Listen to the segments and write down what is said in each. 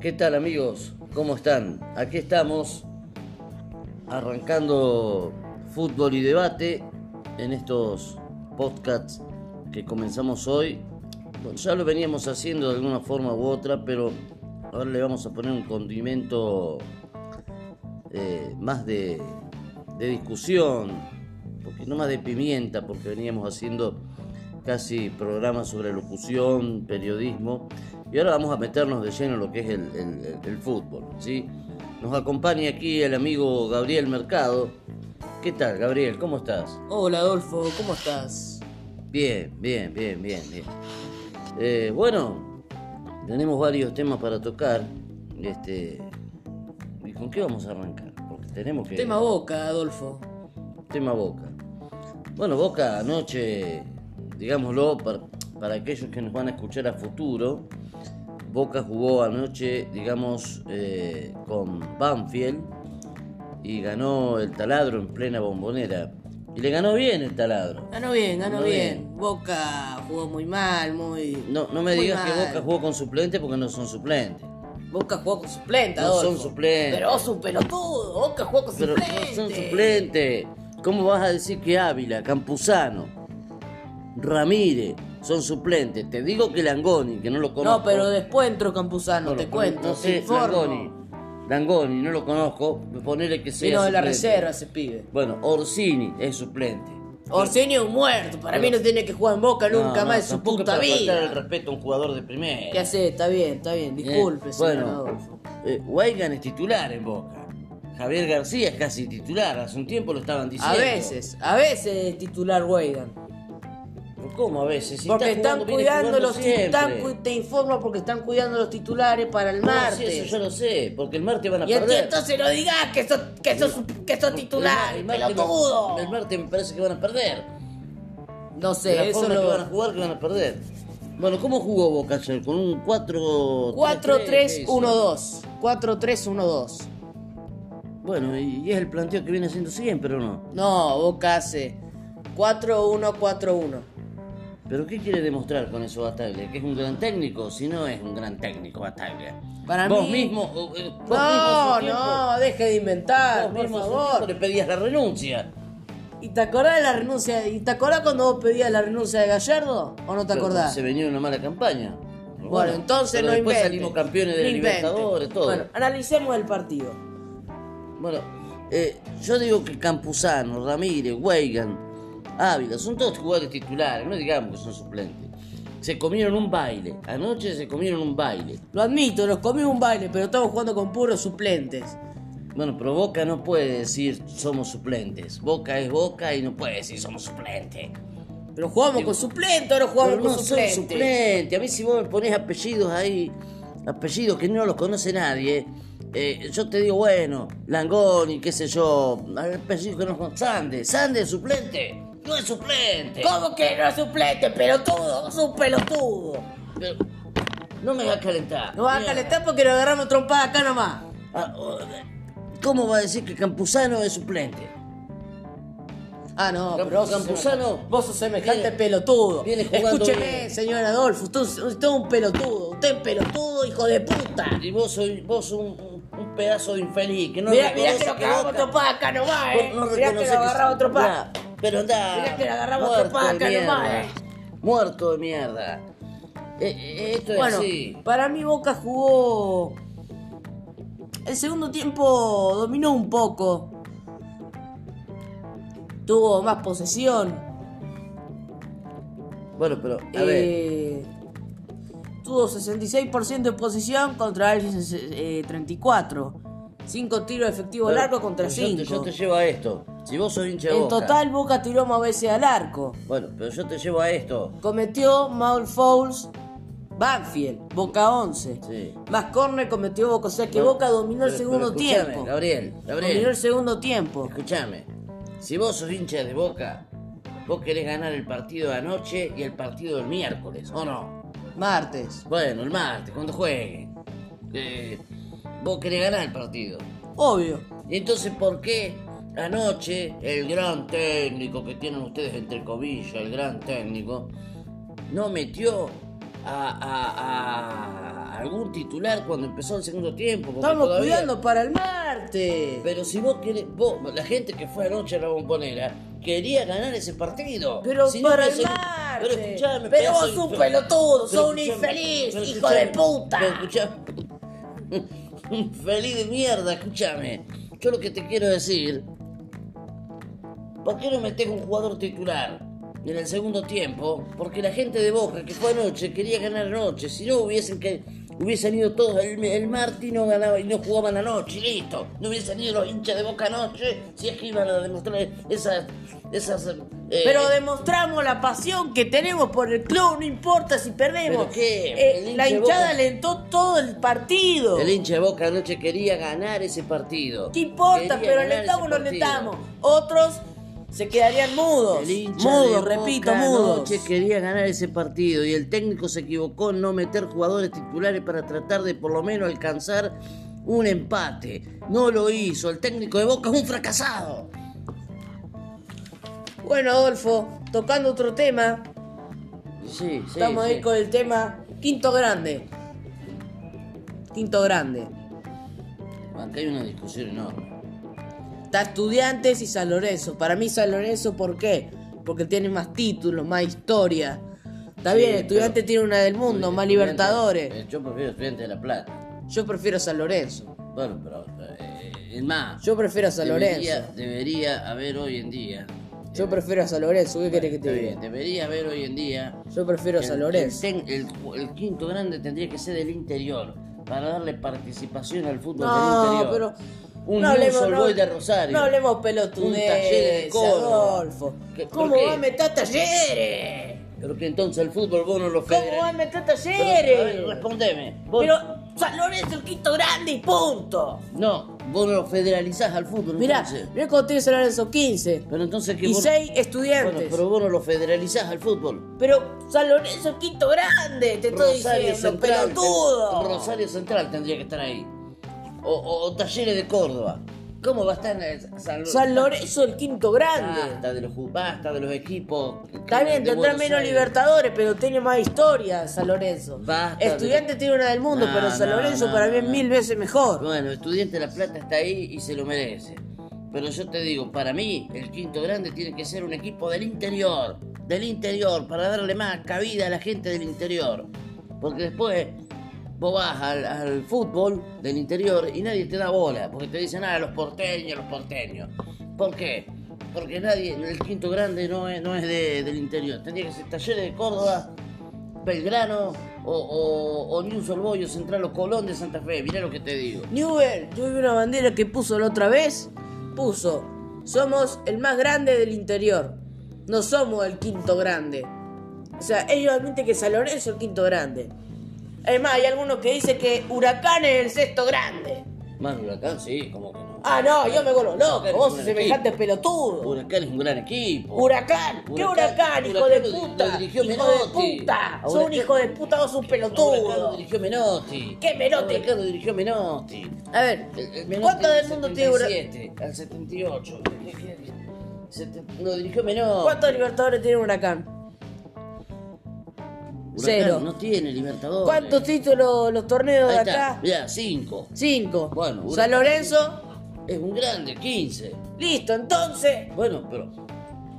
¿Qué tal amigos? ¿Cómo están? Aquí estamos arrancando fútbol y debate en estos podcasts que comenzamos hoy. Bueno, ya lo veníamos haciendo de alguna forma u otra, pero ahora le vamos a poner un condimento eh, más de, de discusión, porque no más de pimienta, porque veníamos haciendo casi programas sobre locución, periodismo, y ahora vamos a meternos de lleno en lo que es el, el- el- el fútbol. ¿sí? Nos acompaña aquí el amigo Gabriel Mercado. ¿Qué tal, Gabriel? ¿Cómo estás? Hola Adolfo, ¿cómo estás? Bien, bien, bien, bien, bien. Eh, bueno, tenemos varios temas para tocar. Este, ¿Y con qué vamos a arrancar? Porque tenemos que... Tema boca, Adolfo. Tema Boca. Bueno, Boca anoche, digámoslo, para, para aquellos que nos van a escuchar a futuro, Boca jugó anoche, digamos, eh, con Banfield y ganó el taladro en plena bombonera. Y le ganó bien el taladro. Ganó bien, ganó Ganó bien. bien. Boca jugó muy mal, muy. No, no me muy digas que mal. Boca jugó con suplentes porque no son suplentes. Boca jugó con suplente, No Adolfo. son suplentes. Pero vos un pelotudo, Boca jugó con Pero suplente. no son suplentes. ¿Cómo vas a decir que Ávila, Campuzano, Ramírez son suplentes? Te digo que Langoni, que no lo conozco. No, pero después entró Campuzano, no lo te conozco, cuento. no te sé, informo. Langoni. Langoni, no lo conozco. Ponele que sea. Vino de la suplente. reserva ese pibe. Bueno, Orsini es suplente. Orsini es un muerto, para Pero- mí no tiene que jugar en Boca nunca No, no, más en su tampoco puta para faltar el vida. respeto a un jugador de primera. ¿Qué hace? Está bien, está bien, Eh, disculpe, señor Adolfo. Bueno, eh, Weigand es titular en Boca. Javier García es casi titular. Hace un tiempo lo estaban diciendo. A veces, a veces es titular Weigan. Pero ¿Cómo a veces? Si Porque está están jugando, viene cuidando jugando los siempre. están cu- te informo porque están cuidando los titulares para el No, sí, eso martes. yo lo sé, porque el martes van a Y a ti perder. entonces no digas que sos, que sos, que sos titular, El martes- pelotudo. El martes me parece que van a perder. No De la sé, eso forma que van a lo. jugar, que van a perder. Bueno, ¿cómo jugó Boca ayer? Con un 4 3 4-3-1-2. 4-3-1-2. Bueno, y, y es el planteo que viene haciendo siempre, ¿o no? No, Boca hace 4-1-4-1. ¿Pero qué quiere demostrar con eso Bataglia? ¿Que es un gran técnico? Si no es un gran técnico Bataglia. Para vos mí- Mismo, o, eh, vos mismo No, en su tiempo- no, deje de inventar, vos por mismo en su tiempo favor. le pedías la renuncia. ¿Y te acordás de la renuncia? ¿Y te acordás cuando vos pedías la renuncia de Gallardo? ¿O no te Pero acordás? Se venía una mala campaña. Pero Bueno, entonces pero no después inventen. salimos campeones de No inventen. Libertadores, todo. Bueno, Bueno, analicemos el partido. eh, yo digo que Campuzano, Ramírez, Weigan, Ávila, son todos jugadores titulares, no digamos que son suplentes. Se comieron un baile, anoche se comieron un baile. Lo admito, nos comimos un baile, pero estamos jugando con puros suplentes. Bueno, pero Boca no puede decir somos suplentes. Boca es Boca y no puede decir somos suplentes. Pero jugamos con suplentes, ahora jugamos Pero con no suplentes. son suplentes. A mí si vos me pones apellidos ahí, apellidos que no los conoce nadie, eh, yo te digo, bueno, Langoni, qué sé yo, apellidos que no conocen. Sande, Sande es suplente. No es suplente. ¿Cómo que no es suplente, pelotudo? Vos sos un pelotudo. Pero no me va a calentar. Nos vas a Mira. calentar porque nos agarramos trompada acá nomás. Ah, oh, ¿Cómo va a decir que Campuzano es suplente? Ah, no, Camp- pero vos Campuzano, Sos, vos sos semejante viene- pelotudo. viene jugando Escúcheme, bien. señor Adolfo, usted, usted es un pelotudo. Usted es pelotudo, hijo de puta. Y vos soy vos un, un pedazo de infeliz que no mirá, mirá reconoce que nos que cagamos Boca- trompada acá nomás, eh. No mirá que nos reconoce que- agarramos trompada. Ya, Pero andá. Mirá que la agarramos muerto tropada de acá nomás, mierda. eh. Muerto de mierda. Eh, eh, esto es Bueno, así. para mí Boca jugó. El segundo tiempo dominó un poco. Tuvo más posesión. Bueno, pero a ver. eh, Tuvo 66% de posesión contra el eh, 34. 5 tiros efectivos pero al arco contra yo te- Yo 5. te llevo a esto. Si vos sos hincha de En Boca- total Boca tiró más veces al arco. Bueno, pero yo te llevo a esto. Cometió Maul Fouls Banfield, Boca 11. Sí. Más corner cometió Boca, o sea que No, Boca dominó el pero- segundo pero escuchame, tiempo. Gabriel, Gabriel. Dominó el segundo tiempo. Escúchame, si vos sos hincha de Boca, vos querés ganar el partido de anoche y el partido del miércoles, ¿o no? Martes. Bueno, el martes, cuando jueguen. Eh, vos querés ganar el partido. Obvio. Y entonces, ¿por qué anoche el gran técnico que tienen ustedes entre comillas, el gran técnico, no metió a, a- a- a algún titular cuando empezó el segundo tiempo. porque Estamos todavía- cuidando para el martes. Pero si vos querés, vos, la gente que fue anoche a la bombonera quería ganar ese partido. Pero Si no para el hubiese- martes. Pero escuchame, Pero pedazo vos de sos un infeliz. pelotudo, Pero sos un escuchame, infeliz, pero hijo de escuchame, puta. Pero escuchame. Un feliz de mierda, escúchame. Yo lo que te quiero decir. ¿Por qué no metes un jugador titular en el segundo tiempo? Porque la gente de Boca que fue anoche quería ganar anoche. Si no hubiesen que hubiesen ido todos el, el martes y no ganaba y no jugaban anoche, y listo. No hubiesen ido los hinchas de Boca anoche si es que iban a demostrar esas esas eh, Pero demostramos la pasión que tenemos por el club, no importa si perdemos. ¿Pero qué? Eh, El hincha la de hinchada Boca. alentó todo el partido. el hincha de Boca anoche quería ganar ese partido. ¿Qué importa? Quería Pero ganar ese alentamos o no partido. alentamos. Otros se quedarían mudos. El hincha Mudos, de repito, Boca mudos. anoche quería ganar ese partido y el técnico se equivocó en no meter jugadores titulares para tratar de por lo menos alcanzar un empate. No lo hizo. El técnico de Boca es un fracasado. Bueno, Adolfo, tocando otro tema. Sí, sí. Estamos ahí con el tema quinto grande. Quinto grande. Acá hay una discusión enorme. Está Estudiantes y San Lorenzo. Para mí San Lorenzo, ¿por qué? Porque tiene más títulos, más historia. Está Sí, bien, pero- Estudiantes tiene una del mundo, más Estudiantes- Libertadores. eh, Yo prefiero Estudiantes de La Plata. Yo prefiero San Lorenzo. Bueno, pero. eh, es más. Yo prefiero a San debería, Lorenzo. debería haber hoy en día. Yo prefiero a San Lorenzo. ¿Qué querés que te Está bien, diga? Debería haber hoy en día Yo prefiero a San El- Lorenzo. El, ten- el ju- el quinto grande tendría que ser del interior para darle participación al fútbol del No, interior. pero. un no Newell's hablemos, Old no- Boys de Rosario. No hablemos Un Talleres de pelotudeces, Córdoba. Adolfo. ¿Qué- por ¿Cómo qué? va a meter talleres? Pero que entonces el fútbol vos no lo ¿Cómo va a federal- meter Pero, a ver, talleres? respondeme. Vos- Pero San Lorenzo, el quinto grande y punto. No, vos no lo federalizás al fútbol. Mirá, entonces. mirá cuando tiene San Lorenzo 15 Pero entonces que y vos- 6 Bueno, estudiantes. pero vos no lo federalizás al fútbol. pero... San Lorenzo, el quinto grande, te estoy diciendo, pelotudo. Rosario Central tendría que estar ahí. O, o- o Talleres de Córdoba. ¿Cómo va a estar eh, San Lorenzo? San Lorenzo, el quinto grande. Basta de los, ju- basta de los equipos. Está bien, Ah, de tendrá Buenos menos Aires. libertadores, pero tiene más historia San Lorenzo. Basta de- Estudiante tiene una del mundo, No, pero San no, Lorenzo no, para mí no, es no. mil veces mejor. Bueno, Estudiante de La Plata está ahí y se lo merece. Pero yo te digo, para mí, el quinto grande tiene que ser un equipo del interior. Del interior, para darle más cabida a la gente del interior. Porque después vos vas al, al fútbol del interior y nadie te da bola. Porque te dicen, ah, los porteños, los porteños. ¿Por qué? Porque nadie, el quinto grande no es, no es de- del interior. Tendría que ser Talleres de Córdoba, Belgrano o, o, o Newell's Old Boys, o Central o Colón de Santa Fe. Mirá lo que te digo. Newell, yo vi una bandera que puso la otra vez. Puso, somos el más grande del interior. No somos el quinto grande. O sea, ellos admiten que San Lorenzo es el quinto grande. Además, hay algunos que dicen que Huracán es el sexto grande. Más Huracán, sí, como que no. Ah, no, yo me vuelvo loco. Huracán Vos es sos un semejante equipo. pelotudo. Huracán es un gran equipo. Huracán, ¿qué huracán, hijo Huracán de lo di- lo puta? dirigió Hijo Menotti. de puta, A sos un Huracán- hijo de puta, vos sos un Huracán lo pelotudo. dirigió Menotti. ¿Qué Menotti? A Huracán lo dirigió Menotti. A ver, El- el Eh, Menotti ¿cuánto del del mundo tiene Huracán? 77, Al 78. ¿Qué- qué- qué- seten- Lo dirigió Menotti. ¿Cuántos libertadores tiene Huracán? Huracán Cero. No tiene Libertadores. ¿Cuántos títulos los torneos de Ahí está. acá? Mirá, 5. Cinco. Bueno, Huracán- San Lorenzo, Es un grande, 15. listo, entonces, Bueno, pero.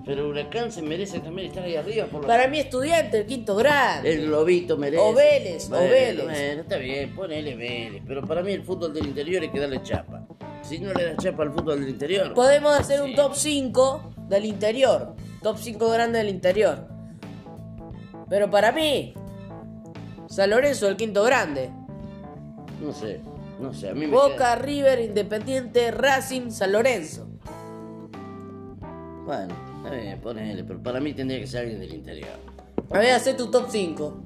Pero Huracán se merece también estar ahí arriba por lo para mí estudiante, el quinto grande. El globito merece. O Vélez, o Vélez. Bueno, está bien, ponele Vélez. Pero para mí el fútbol del interior hay que darle chapa. Si no le das chapa al fútbol del interior. Podemos hacer un Sí. top 5 del interior, top 5 grande del interior. Pero para mí, San Lorenzo el quinto grande. No sé, no sé. A mí me Boca, River, Independiente, Racing, San Lorenzo. queda- Bueno, está bien, ponele. Pero para mí tendría que ser alguien del interior. A ver, hacé tu top 5.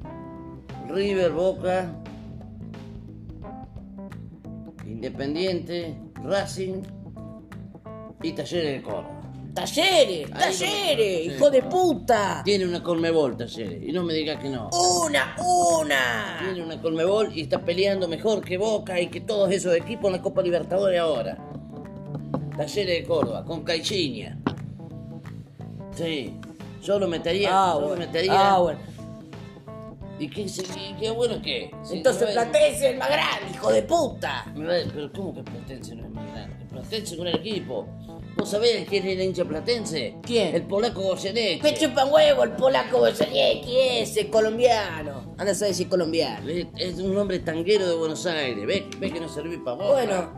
River, Boca. Independiente, Racing y Talleres de Córdoba. Talleres, Ahí talleres, lo- sí, hijo de no. puta. Tiene una Colmebol, Talleres. Y no me digas que no. Una, Ah. una. Tiene una Colmebol y está peleando mejor que Boca y que todos esos equipos en la Copa Libertadores ahora. Talleres de Córdoba, con Caixinha. Sí, yo lo metería. Ah, yo lo bueno. metería. Ah, bueno. ¿Y qué, se- y qué bueno que? Si Entonces me va a decir- Platense es el más grande, hijo de puta. me va a decir, pero ¿cómo que Platense no es más grande? Platense es un gran equipo. ¿Vos sabés quién era hincha Platense? ¿Quién? El polaco Goyeneche. Me chupan huevo el polaco Bozaniecki ese, colombiano. Anda a saber si es colombiano. Es- Es un hombre tanguero de Buenos Aires. ¿Ves, ves que no serví para vos? Bueno,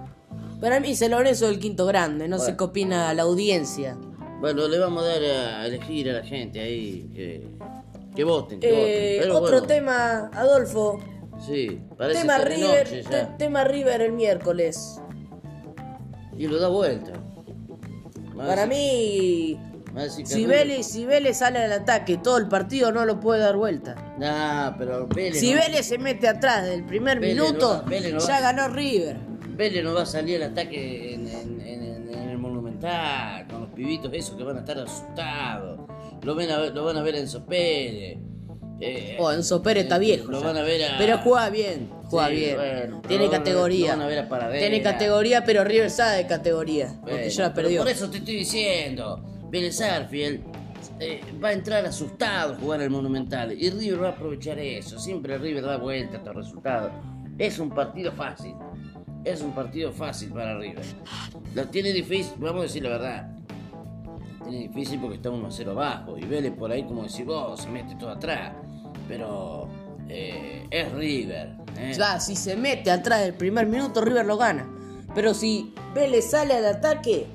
para mí San Lorenzo es el quinto grande, no sé Bueno. qué opina la audiencia. Bueno, le vamos a dar a elegir a la gente ahí que, que voten. Que Eh, voten. Pero otro bueno, tema, Adolfo. Sí, parece Tema River, Telenoche te- ya. tema River el miércoles. Y lo da vuelta. Va a Para decir- mí, va a decir que si River- Vélez, si Vélez sale al ataque, todo el partido no lo puede dar vuelta. Nah, pero Vélez. Si no, Vélez se mete atrás del primer Vélez no minuto, va- Vélez no ya va. ganó River. Vélez no va a salir al ataque en, en- en- en el Monumental, con los pibitos esos que van a estar asustados. Lo, ven a ver- lo van a ver en Sopele. Eh, Oh, Enzo Pérez está eh, viejo. Lo ya. van a ver a. Pero juega bien, juega Sí, bien. bueno, pero Tiene lo van a ver- categoría. lo van a ver a Paradela. Tiene categoría, pero River sabe de categoría. porque Bueno, ya la pero perdió. Por eso te estoy diciendo, Vélez Arfield va a entrar asustado a jugar al Monumental y River va a aprovechar eso. Siempre River da vuelta a estos resultados. Es un partido fácil. Es un partido fácil para River. Lo tiene difícil, vamos a decir la verdad. Lo Tiene difícil porque está 1 0 abajo y Vélez por ahí, como decís vos, se mete todo atrás. Pero eh, es River. ¿eh? Ya, si se mete atrás del primer minuto, River lo gana. Pero si Vélez sale al ataque,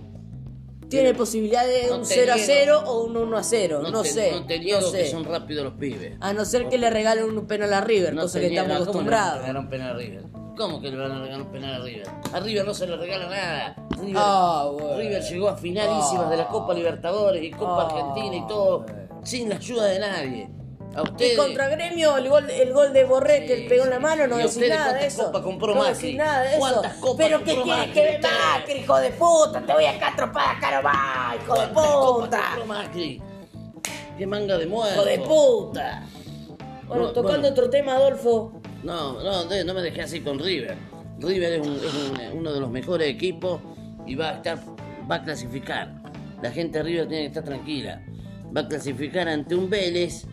tiene posibilidad de No un te 0 a niego. 0 o un 1 a 0. No, te- sé. No te no niego que sé. son rápidos los pibes. A no ser que le regalen un penal a River, No cosa se que niega, estamos ¿cómo le van a acostumbrados. regalar un penal a River? ¿Cómo que le van a regalar un penal a River? A River no se le regala nada. River, Ah, bueno. River llegó a finalísimas Ah. de la Copa Libertadores y Copa Ah, Argentina y todo, sin la ayuda de nadie. A ustedes. Y contra Gremio, el gol, el gol de Borré que Sí, le pegó en la sí. mano, no ¿Y a decís ustedes nada de cuántas eso. copas compró no Macri? decís nada de eso. ¿Cuántas copas Pero ¿qué compró quieres Macri? que ve Ustedes. Macri, hijo de puta? Te voy acá atropada, caro va, hijo de ¿Cuántas copas puta. compró Macri? ¡Qué manga de muerto! Hijo de puta. Bueno, Bueno, tocando bueno. otro tema, Adolfo. No, no, de- no me dejé así con River. River es, un- es un- uno de los mejores equipos y va a estar, va a clasificar. La gente de River tiene que estar tranquila. Va a clasificar ante un Vélez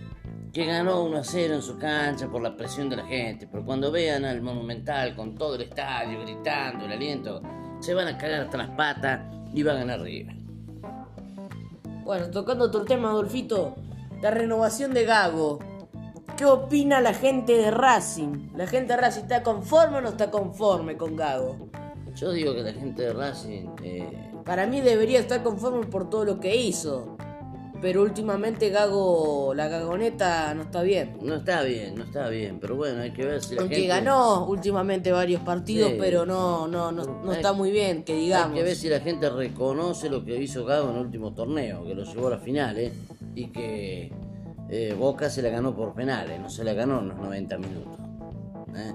que ganó 1 a 0 en su cancha por la presión de la gente. Pero cuando vean al Monumental con todo el estadio gritando, el aliento, se van a cagar hasta las patas y va a ganar River. Bueno, tocando otro tema, Adolfito. La renovación de Gago. ¿Qué opina la gente de Racing? ¿La gente de Racing está conforme o no está conforme con Gago? Yo digo que la gente de Racing eh, Para mí debería estar conforme por todo lo que hizo. Pero últimamente Gago, la gagoneta no está bien. no está bien, no está bien. Pero bueno, hay que ver si la Aunque gente... ganó últimamente varios partidos, Sí. pero no, no, no, no Hay- está muy bien, que Hay digamos. que ver si la gente reconoce lo que hizo Gago en el último torneo, que lo llevó a la final, ¿eh? Y que eh, Boca se la ganó por penales, no se la ganó en los 90 minutos. ¿eh?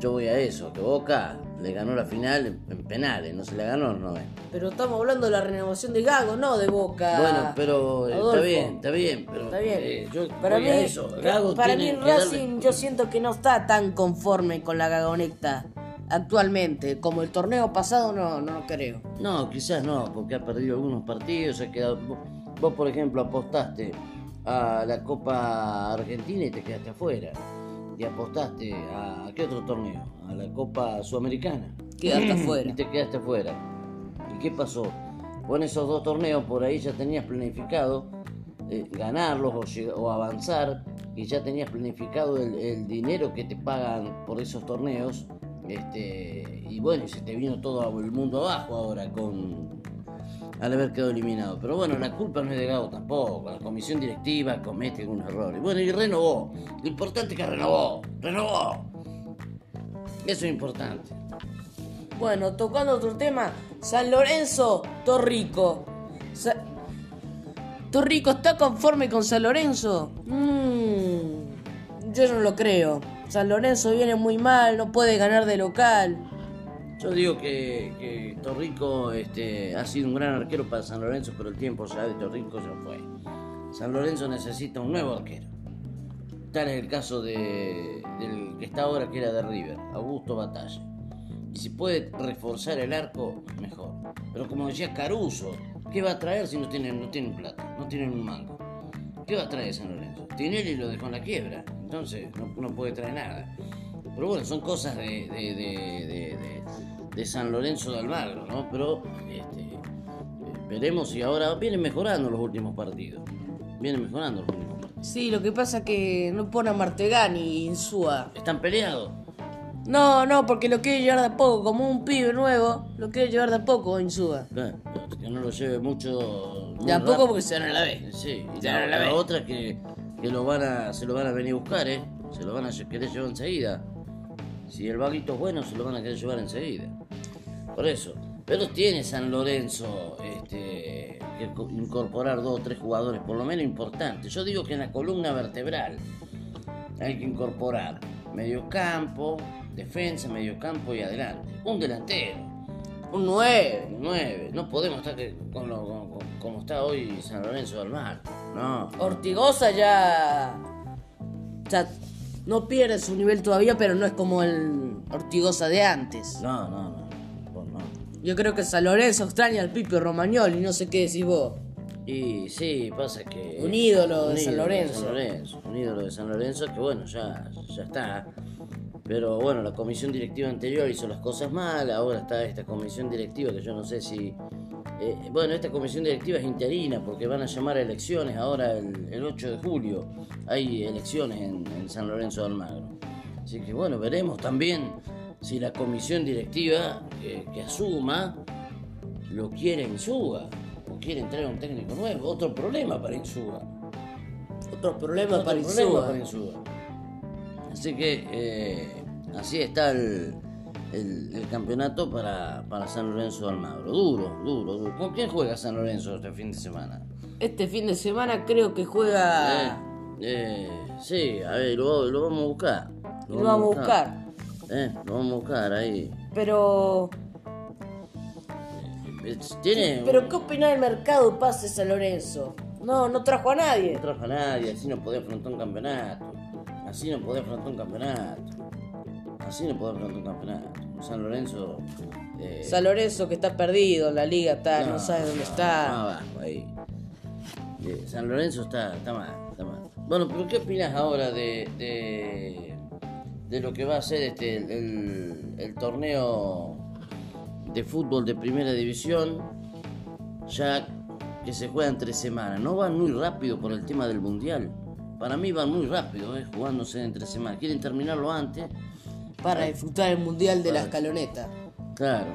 Yo voy a eso, que Boca le ganó la final en- en penales, no se la ganó en los 90. Pero estamos hablando de la renovación de Gago, no de Boca. Bueno, pero eh, Ah, Adolfo. está bien, está bien, pero Está bien. eh, yo para voy mí, a eso. Gago para mí tiene que Racing darle- yo siento que no está tan conforme con la gagoneta actualmente. Como el torneo pasado no, no creo. No, quizás no, porque ha perdido algunos partidos, ha quedado. Vos, vos, por ejemplo, apostaste a la Copa Argentina y te quedaste afuera. Y apostaste a, ¿a qué otro torneo? A la Copa Sudamericana. Quedaste Y afuera. te quedaste afuera. ¿Y qué pasó? Con esos dos torneos por ahí ya tenías planificado eh, ganarlos o, lleg- o avanzar y ya tenías planificado el, el dinero que te pagan por esos torneos. Este, y bueno, y se te vino todo el mundo abajo ahora con al haber quedado eliminado. Pero bueno, la culpa no es de Gao tampoco. La comisión directiva comete algún error. Y bueno, y renovó. Lo importante es que renovó. Renovó. Eso es importante. Bueno, tocando otro tema, San Lorenzo, Torrico. Sa- ¿Torrico está conforme con San Lorenzo? Mm, yo no lo creo. San Lorenzo viene muy mal, no puede ganar de local. Yo digo que, que Torrico este, ha sido un gran arquero para San Lorenzo, pero el tiempo ya de Torrico ya fue. San Lorenzo necesita un nuevo arquero. Tal es el caso de, del que está ahora, que era de River, Augusto Batalla. Y si puede reforzar el arco, mejor. Pero como decía Caruso, ¿qué va a traer si no tienen, no tienen plata? No tienen un mango. ¿Qué va a traer San Lorenzo? Tinelli lo dejó en la quiebra. Entonces no, no puede traer nada. Pero bueno, son cosas de, de- de- de- de- de San Lorenzo de Almagro, ¿no? Pero este, veremos si ahora vienen mejorando los últimos partidos. Vienen mejorando los últimos partidos. Sí, lo que pasa es que no pone a Martegani y Insúa. Están peleados. No, no, porque lo quiere llevar de a poco, como un pibe nuevo, lo quiere llevar de a poco Insúa. Claro, que no lo lleve mucho. muy De a poco rápido. porque se van a la vez. Sí, y Ya la, no la la ve. otra es que, que lo van a, se lo van a venir a buscar, ¿eh? Se lo van a lle- querer llevar enseguida. Si el vaguito es bueno, se lo van a querer llevar enseguida. Por eso. Pero tiene San Lorenzo este, que co- incorporar dos o tres jugadores, por lo menos importantes. Yo digo que en la columna vertebral hay que incorporar mediocampo, defensa, mediocampo y adelante. Un delantero. Un 9. 9. No podemos estar que- con lo- con- con- como está hoy San Lorenzo del Mar. No. Ortigosa ya. ya no pierde su nivel todavía, pero no es como el Ortigosa de antes. No, no, no. Vos no. Yo creo que San Lorenzo extraña al Pipe Romagnoli, no sé qué decís vos. Y sí, pasa que. Un ídolo de San ídolo Lorenzo. San Lorenzo, Un ídolo de San Lorenzo que, bueno, ya, ya está. Pero bueno, la comisión directiva anterior hizo las cosas mal. Ahora está esta comisión directiva que yo no sé si. eh, bueno, esta comisión directiva es interina porque van a llamar a elecciones ahora el, el 8 de julio. Hay elecciones en, en San Lorenzo de Almagro. Así que bueno, veremos también si la comisión directiva eh, que asuma lo quiere Insúa o quiere entrar un técnico nuevo. Otro problema para Insúa. Otro problema Otro para problema Insúa. para Insúa. Así que eh, así está el, el- el campeonato para, para San Lorenzo de Almagro. Duro, duro, duro. ¿Con quién juega San Lorenzo este fin de semana? Este fin de semana creo que juega. Eh, eh, sí, a ver, lo, lo vamos a buscar. Lo vamos a buscar. Eh, lo vamos a buscar ahí. Pero. Es- Tiene Pero ¿qué opina el mercado de pases San Lorenzo? No, no trajo a nadie. no trajo a nadie, así no podía afrontar un campeonato. Así no podía afrontar un campeonato. Así no podía afrontar un campeonato. San Lorenzo. eh, San Lorenzo que está perdido en la liga, está, no, sabe dónde Más está. abajo, ahí. Eh, San Lorenzo está, está mal, está mal. Bueno, pero ¿qué opinas ahora de, de, de lo que va a ser este, el, el- el torneo de fútbol de primera división? Ya que se juega entre semanas. ¿No van muy rápido por el tema del mundial? Para mí van muy rápido, eh, jugándose entre semanas. Quieren terminarlo antes. Para disfrutar el mundial de la escaloneta. Claro.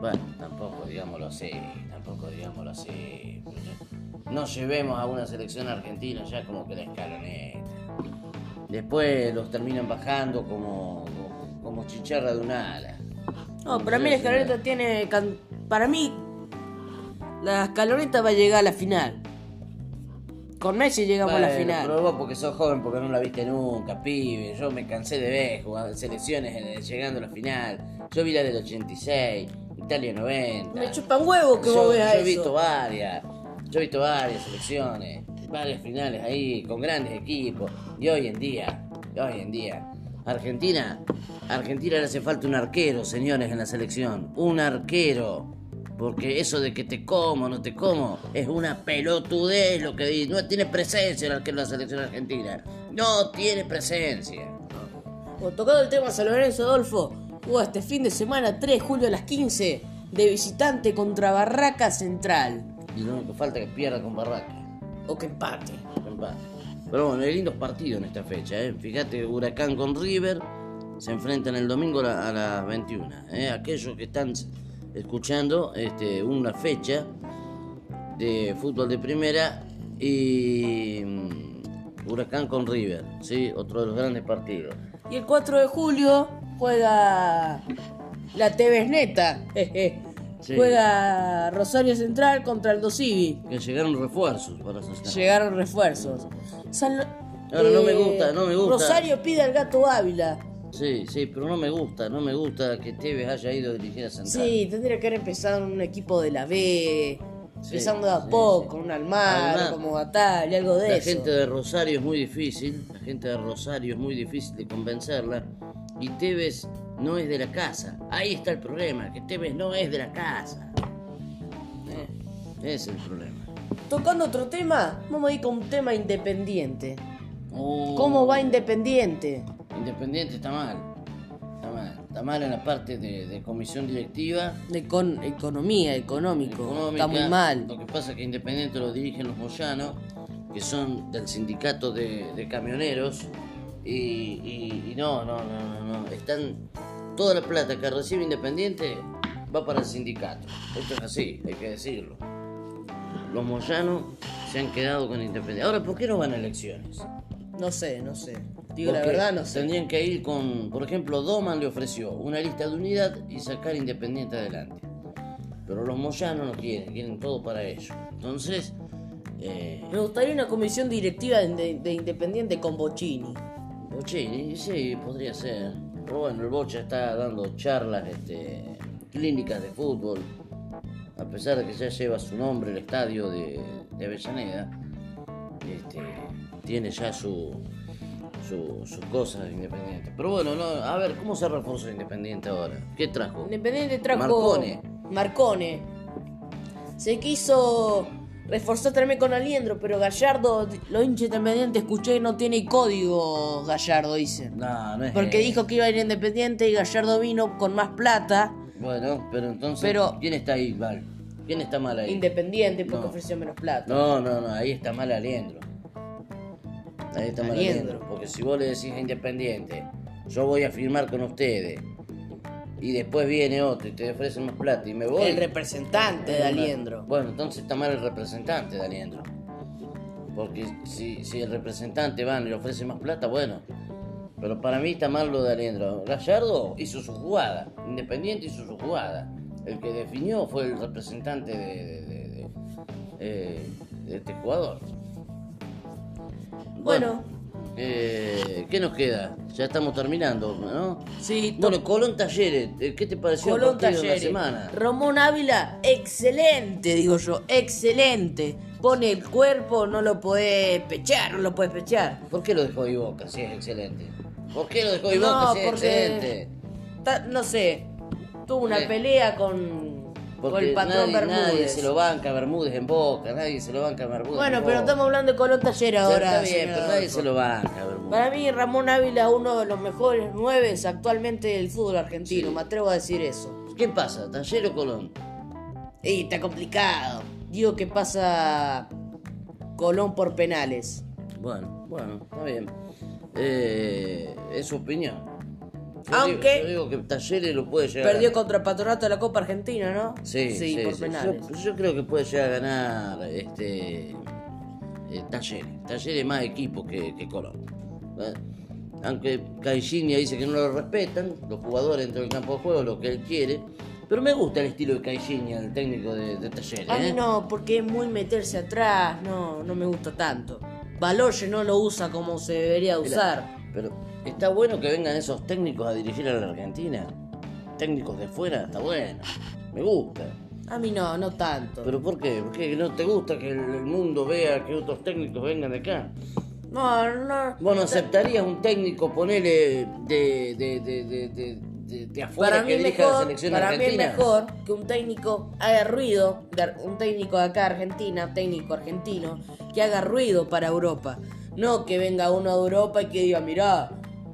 Bueno, tampoco digámoslo así, tampoco digámoslo así. No llevemos a una selección argentina ya como que la escaloneta. Después los terminan bajando como, como chicharra de un ala. No, para mí la escaloneta tiene. can- Para mí, la escaloneta va a llegar a la final. Con Messi llegamos a la Bueno, Pero final. vos porque sos joven, porque no la viste nunca, pibe. Yo me cansé de ver jugar selecciones eh, llegando a la final. Yo vi la del 86, Italia 90. Me chupan huevo que vos veas yo he eso. visto varias, yo he visto varias selecciones, varias finales ahí con grandes equipos. Y hoy en día, y hoy en día, Argentina, Argentina le hace falta un arquero, señores, en la selección. Un arquero. Porque eso de que te como, no te como, es una pelotudez lo que dice. No tiene presencia el arquero de la selección argentina. No tiene presencia. Bueno, tocado el tema San Lorenzo Adolfo, jugó este fin de semana 3 de julio a las 15 de visitante contra Barraca Central. Y lo único que falta es que pierda con Barraca. O que empate. en paz. Pero bueno, hay lindos partidos en esta fecha, ¿eh? Fíjate, Huracán con River se enfrentan el domingo a la- a las 21. ¿eh? Aquellos que están s- escuchando este, una fecha de fútbol de primera y mm, Huracán con River, ¿sí? Otro de los grandes partidos. Y el 4 de julio juega la TV Neta. Sí. Juega Rosario Central contra el Dosivi. Que llegaron refuerzos para sostener. Llegaron refuerzos. San Lo- eh, Ahora, no me gusta, no me gusta. Rosario pide al gato Ávila. Sí, sí, pero no me gusta, no me gusta que Tevez haya ido a dirigir a Central. Sí, tendría que haber empezado en un equipo de la B. Sí, empezando de a sí, poco, sí. un Almagro, Además, como Batalla, algo de La eso. gente de Rosario es muy difícil, la gente de Rosario es muy difícil de convencerla y Tevez no es de la casa. Ahí está el problema, que Tevez no es de la casa. Eh, ese es el problema. Tocando otro tema, vamos a ir con un tema independiente. Oh, ¿Cómo va Independiente? Independiente está mal. Está mal. Está mal en la parte de, de comisión directiva. De con- economía, económico. económica. Está muy mal. Lo que pasa es que Independiente lo dirigen los Moyanos, que son del sindicato de, de camioneros. Y, y- y no, no, no, no, no. Están. Toda la plata que recibe Independiente va para el sindicato. Esto es así, hay que decirlo. Los Moyanos se han quedado con Independiente. Ahora, ¿por qué no van a elecciones? No sé, no sé. Digo la Porque verdad, no sé. Tendrían que ir con, por ejemplo, Doman le ofreció una lista de unidad y sacar Independiente adelante. Pero los moyanos no quieren, quieren todo para ellos. Entonces, eh, Me gustaría una comisión directiva de, de- de Independiente con Bocini. Bochini, sí, podría ser. Pero bueno, el Bocha está dando charlas, este, clínicas de fútbol. A pesar de que ya lleva su nombre el estadio de, de Avellaneda, este, tiene ya su, su, sus cosas independientes. Pero bueno, no, a ver, ¿cómo se reforzó Independiente ahora? ¿Qué trajo? Independiente trajo. Marcone. Marcone. Se quiso reforzar también con Aliendro, pero Gallardo, lo hincha independiente, escuché, no tiene código Gallardo, dicen. No, no es Porque él. dijo que iba a ir independiente y Gallardo vino con más plata. Bueno, pero entonces. Pero- ¿Quién está ahí mal? ¿Quién está mal ahí? Independiente, porque No. ofreció menos plata. No, no, no, ahí está mal Aliendro. Ahí está mal Aliendro. Aliendro. Porque si vos le decís a Independiente, yo voy a firmar con ustedes, y después viene otro y te ofrece más plata y me voy. El representante de Aliendro. Bueno, entonces está mal el representante de Aliendro. Porque si, si el representante van y le ofrece más plata, bueno. Pero para mí está mal lo de Aliendro. Gallardo hizo su jugada. Independiente hizo su jugada. El que definió fue el representante de, de- de- de- eh, de este jugador. Bueno. eh, ¿qué nos queda? Ya estamos terminando, ¿no? Sí, Bueno, Colón Talleres, eh, ¿qué te pareció Colón el partido Talleres. de la semana? Romón Ávila, excelente, digo yo, excelente. Pone el cuerpo, no lo puede pechar, no lo puede pechar. ¿Por qué lo dejó Iboca si es excelente? ¿Por qué lo dejó Iboca No, si es porque- excelente? Ta- no sé, tuvo una Eh. pelea con, con Porque el patrón nadie, Bermúdez. nadie se lo banca a Bermúdez en Boca, nadie se lo banca a Bermúdez bueno, en pero Boca. estamos hablando de Colón Taller Pero ahora. Está bien, señor pero nadie Adolfo. se lo banca a Bermúdez. Para mí, Ramón Ávila, uno de los mejores nueves actualmente del fútbol argentino, Sí. me atrevo a decir eso. ¿Qué pasa? ¿Taller o Colón? Y está complicado. Digo que pasa Colón por penales. Bueno, bueno, está bien. Eh, es su opinión. Yo Aunque- digo- yo digo que Talleres lo puede llegar a Perdió ganar. contra Patronato de la Copa Argentina, ¿no? Sí, sí, por sí. penales. Yo, yo creo que puede llegar a ganar este eh, Talleres. Talleres es más equipo que, que Colón. ¿Eh? Aunque Caixinha dice que no lo respetan, los jugadores dentro del campo de juego, lo que él quiere. Pero me gusta el estilo de Caixinha, el técnico de, de Talleres. A mí ¿eh? no, porque es muy meterse atrás, no, no me gusta tanto. Baloye no lo usa como se debería usar. Pero está bueno que vengan esos técnicos a dirigir a la Argentina. Técnicos de fuera, está bueno. Me gusta. A mí no, no tanto. ¿Pero por qué? ¿Por qué no te gusta que el el mundo vea que otros técnicos vengan de acá? No, no. Bueno, ¿aceptarías un técnico, ponele, de, de, de, de, de, de- de afuera Para que mí, dirija la mejor, selección para mí es argentina? mejor que un técnico haga ruido, de ar- un técnico de acá Argentina, técnico argentino, que haga ruido para Europa. No que venga uno de Europa y que diga, mirá,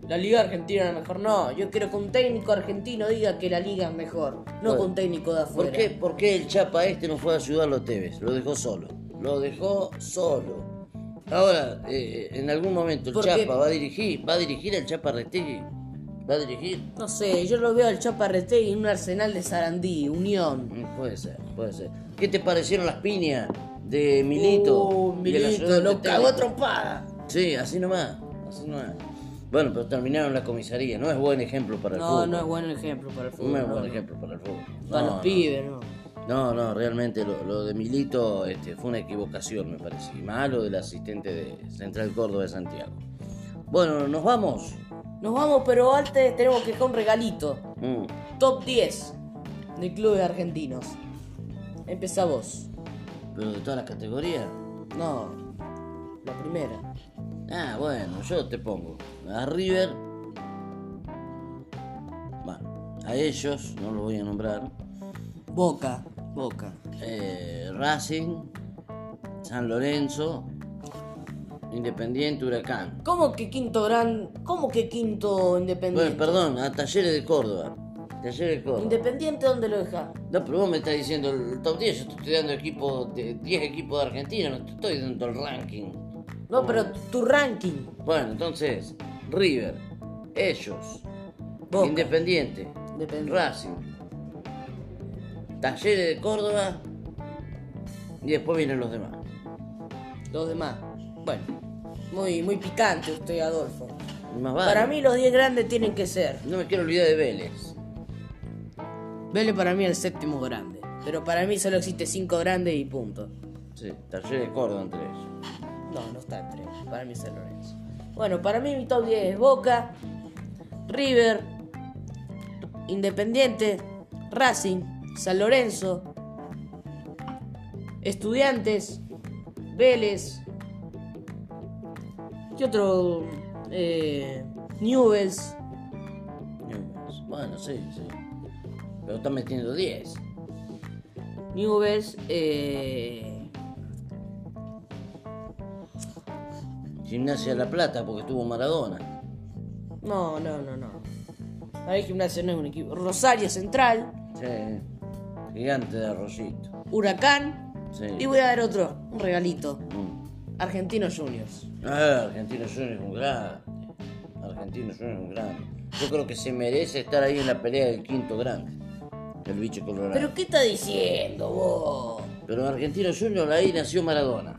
la liga argentina es mejor. No, yo quiero que un técnico argentino diga que la liga es mejor, no que un técnico de afuera. ¿Por qué, por qué el Chapa este no fue a ayudarlo a Tevez? Lo dejó solo. Lo dejó solo. Ahora, eh, en algún momento el ¿Por Chapa qué? va a dirigir, va a dirigir al Chapa Restegui. ¿Va a dirigir? No sé, yo lo veo al Chaparrete en un arsenal de Sarandí, Unión. Mm, Puede ser, puede ser. ¿Qué te parecieron las piñas de Milito? Uh, y el Milito, ayudante lo cagó técnico? a trompada. Sí, así nomás, así nomás. Bueno, pero terminaron la comisaría, no es buen ejemplo para el No, fútbol. no es buen ejemplo para el fútbol. No es no, buen no. ejemplo para el fútbol. Para No, los no. pibes, no. No, no, realmente lo, lo de Milito este, fue una equivocación, me parece. Y malo del asistente de Central Córdoba de Santiago. Bueno, nos vamos. Nos vamos, pero antes tenemos que dejar un regalito. Mm. Top 10 de clubes argentinos. Empezá vos. Pero de todas las categorías. No, la primera. Ah, bueno, yo te pongo a River. Bueno, a ellos, no los voy a nombrar. Boca. Boca. eh, Racing, San Lorenzo, Independiente, Huracán. ¿Cómo que quinto gran... ¿Cómo que quinto Bueno, independiente? perdón, a Talleres de Córdoba. Talleres de Córdoba. ¿Independiente dónde lo deja? No, pero vos me estás diciendo el top 10, yo te estoy dando equipo de 10 equipos de Argentina, no te estoy dando el ranking. No, pero tu ranking. Bueno, entonces, River, ellos, Boca. Independiente, Independiente. Racing, Talleres de Córdoba y después vienen los demás. Los demás. Bueno, muy, muy picante usted, Adolfo. Más vale. Para mí los 10 grandes tienen que ser. No me quiero olvidar de Vélez. Vélez para mí es el séptimo grande. Pero para mí solo existe 5 grandes y punto. Sí, Talleres de Córdoba entre ellos. No, no está entre ellos. Para mí es San Lorenzo. Bueno, para mí mi top 10 es Boca, River, Independiente, Racing, San Lorenzo, Estudiantes, Vélez. ¿Qué otro? Eh, Newells. Bueno, sí, sí. Pero están metiendo 10. Newells. eh, Gimnasia de La Plata porque estuvo Maradona. No, no, no, no. A ver, Gimnasia no es un equipo. Rosario Central, Sí. Gigante de arroyito. Huracán. Sí. Y voy a dar otro, un regalito. Mm. Argentinos Juniors. Ah, Argentino Junior es un grande. Argentino Junior es un grande. Yo creo que se merece estar ahí en la pelea del quinto grande. El bicho colorado. ¿Pero Pero, qué está diciendo vos? en Argentino Junior ahí nació Maradona.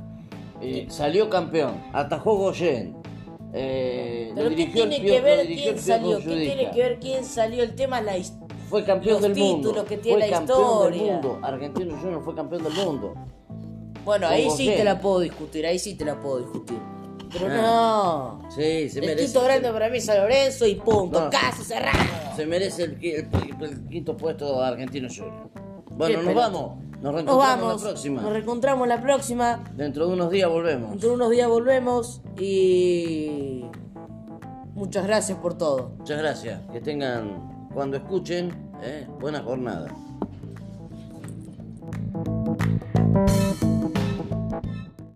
Eh, salió campeón. Atajó Goyen. Eh, lo ¿Pero qué dirigió el tiene Pio- que lo ver dirigió el quién Piojo salió? ¿Qué tiene Judica. que ver quién salió? El tema es la historia. Fue campeón los del mundo. títulos que tiene fue la campeón historia. Del mundo. Argentino Junior fue campeón del mundo. Bueno, Con ahí vos sí bien. te la puedo discutir, ahí sí te la puedo discutir. Pero Ah. no. Sí, se el merece. quinto grande para mí es San Lorenzo y punto. No. Caso cerrado. Se merece el, qui- el- el quinto puesto de Argentino Junior. Qué Bueno, nos pelota. vamos. Nos Nos reencontramos vamos. la próxima. Nos reencontramos la próxima. Dentro de unos días volvemos. Dentro de unos días volvemos y. Muchas gracias por todo. Muchas gracias. Que tengan, cuando escuchen, eh, buena jornada.